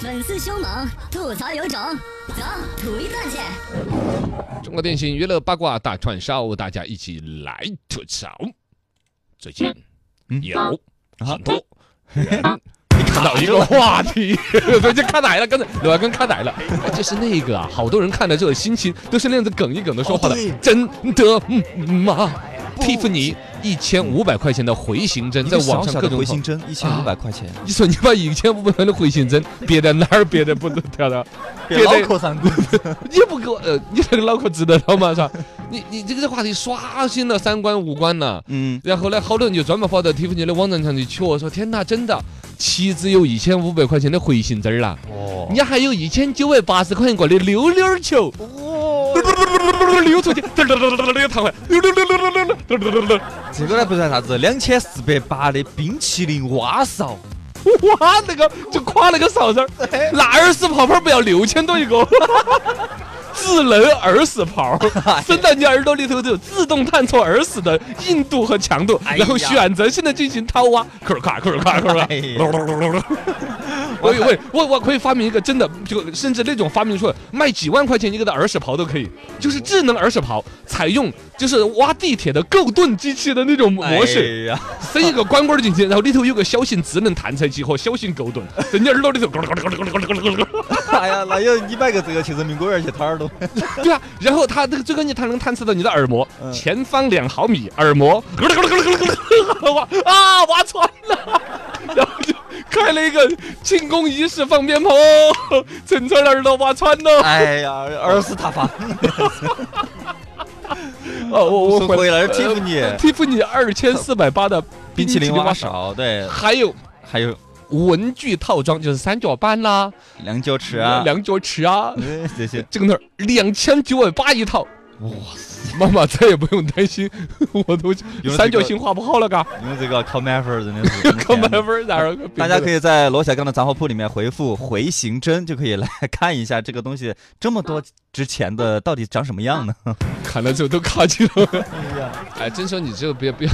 粉丝凶猛，吐槽有种，走，吐一段去。中国电信娱乐八卦大串烧，大家一起来吐槽。最近嗯有很多人看到一个话题， 对，就看奶了，刚才柳亚根看奶了，哎就是那个啊，好多人看了之后心情都是那样子哽一哽的说话的哦对，真的嗯吗？蒂芙尼一千五百块钱的回形针，一在个网上小小各的种回讨形针一千五百块钱，你说你把一千五百块的回形针别在哪儿别的不得了了？别老的扣三棍，你不给我，呃，你这个脑壳值得了吗？是吧？你你这个话题刷新了三观五官了。 嗯，然后呢，好多人就专门跑到蒂芙尼的网站上去求我说：“天哪，真的，岂止有一千五百块钱的回形针儿啦，哦人，家还有一千九百八十块钱过的溜溜球，溜出去，溜弹回来，溜溜溜溜溜溜溜溜溜。这个呢不算啥子，两千四百八的冰淇淋蛙勺， 哇，那个就夸那个嫂子儿，那二十泡泡不要六千多一 个，智能耳屎泡 伸到你耳朵里头就自动探测耳屎的硬度和强度，哎呀然后选择性的进行掏挖，咔咔咔咔咔咔哎呀， 我我我我可以发明一个真的，就甚至那种发明出来卖几万块钱一个的耳屎刨都可以，就是智能耳屎刨，采用就是挖地铁的构盾机器的那种模式。哎呀，伸一个光棍进去，然后里头有个小型智能探测器和小型构盾，在你耳朵里头咕噜咕噜咕噜咕噜咕噜咕噜咕噜， 哎呀，那有你买个这个去人民公园去掏耳朵，对啊，然后它这个最关键，它能探测到你的耳膜，嗯前方两毫米，耳膜咕噜咕噜咕噜咕噜咕噜，哇啊，挖穿了，然后就开了一个庆功仪式放鞭炮哦，整串耳朵挖穿了， 哎呀，耳屎塌方，哦，我我说回来蒂芙尼呃蒂芙尼二千四百八的冰淇淋蛙蛙，勺，对，还有还有文具套装，就是三角板啦、两脚尺啊，两角尺啊，哎这些，这个那儿两千九百八一套，哇！妈妈再也不用担心 我都有了这个三角形画不好了，嘎，因为这个考满分儿真的 是扣满分儿，然后大家可以以在罗小刚的杂货铺里面回复“回形针”，就可以来 看一下这个东西这么多值钱的到底长什么样呢？看了之后都卡起了。 哎呀，哎，真说你这个别不要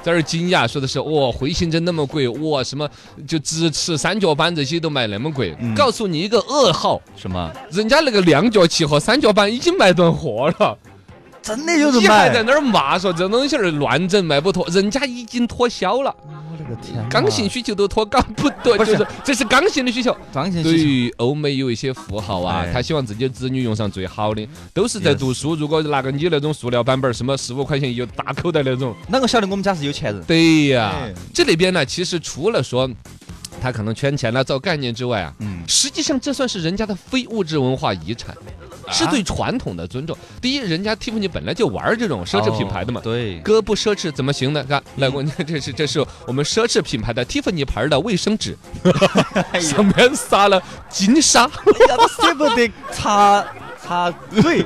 在这儿惊讶，说的是哇回形针那么贵，哇什么就直尺、三角板这些都卖那么贵。嗯告诉你一个噩耗，什么？人家那个两角器和三角板已经卖断货了，真的有人你还在卖？那儿骂说这东西儿乱整卖不脱，人家已经脱销了，我勒个天啊 哪！刚性需求都脱刚不对，不是就是这是刚性的需求。刚性对需求于欧美有一些富豪啊哎，他希望自己的子女用上最好的，都是在 Yes 读书。如果拿个你那种塑料版本儿，什么十五块钱一个大口袋那种，那我晓得我们家是有钱人。对呀哎。这里边呢，其实除了说他可能圈钱了、造概念之外啊，嗯，实际上这算是人家的非物质文化遗产。是对传统的尊重。第一，人家 Tiffany 本来就玩这种奢侈品牌的嘛哦，对，哥不奢侈怎么行呢？看，来，我这是这是我们奢侈品牌的 Tiffany 牌儿的卫生纸，哎呀上面撒了金沙。 都舍不得擦擦嘴。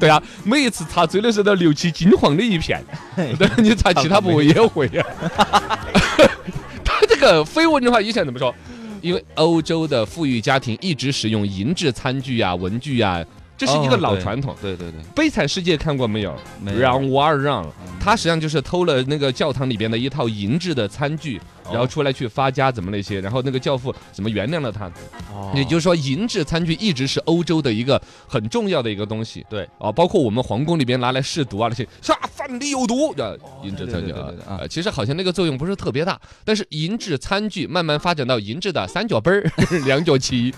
对啊，每一次擦嘴的时候都留起金黄的一片，哎但是你擦其他部位也会呀、他这个非物质文化遗产怎么说？因为欧洲的富裕家庭一直使用银质餐具啊、文具啊，这是一个哦老对传统。对对对，悲惨世界看过没有？没有让我二让，他实际上就是偷了那个教堂里边的一套银质的餐具，哦然后出来去发家怎么那些，然后那个教父怎么原谅了他？哦也就是说，银质餐具一直是欧洲的一个很重要的一个东西。对啊，包括我们皇宫里边拿来试毒啊那些，啥饭里有毒的银质餐具哦对对啊对对，对啊呃其实好像那个作用不是特别大，但是银质餐具慢慢发展到银质的三角杯儿、 两角 旗，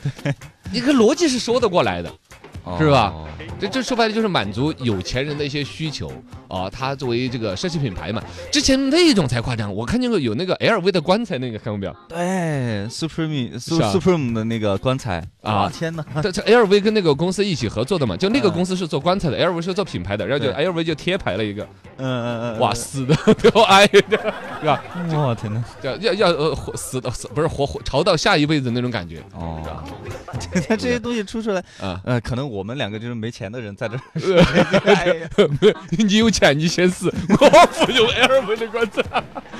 你个逻辑是说得过来的。是吧哦？这这说白了就是满足有钱人的一些需求啊。他作为这个奢侈品牌嘛，之前那种才夸张，我看见过有那个 LV 的棺材，那个看过没有？对，Supreme 是 Su- 啊 Supreme 的那个棺材啊哇天哪！这这 LV 跟那个公司一起合作的嘛，就那个嗯公司是做棺材的，LV 是做品牌的，然后就 LV 就贴牌了一个，嗯嗯嗯，哇，死的 都挨着，是吧？嗯！哇天哪！要要要呃活死的死不是活活潮到下一辈子那种感觉 哦， 这些东西出出来，啊。呃，可能我们两个就是没钱的人 在这儿。 哎没有你有钱你先死，我服用 LV 的棺材。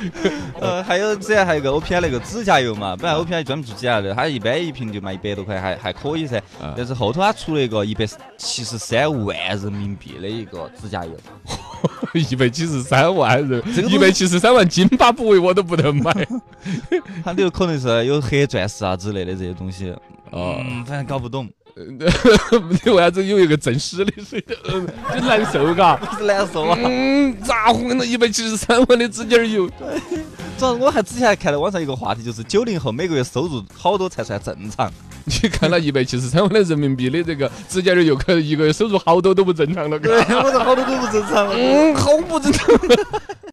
呃，还有之前还有个 OPI 那个指甲油嘛，嗯本来 OPI 专门做指甲油的，它一般一瓶就卖一百多块，还还可以噻啊。但是后头它出了一个一百七十三万人民币的一个指甲油，一百七十三万人这个，东西一百七十三万津巴 布韦我都不能买。它里头可能是有黑钻石啊之类的这些东西。哦嗯，反正搞不 懂，你为啥子有一个正史的水的，嗯 真难受嘎？难受啊！嗯，咋混了一百七十三万的指甲油？主要我还之前还看到网上有个话题，就是九零后每个月收入好多才算正常。你看了一百七十三万的人民币的这个指甲油，有可一个月收入好多都不正常了，嘎我说好多都不正常。嗯，好不正常。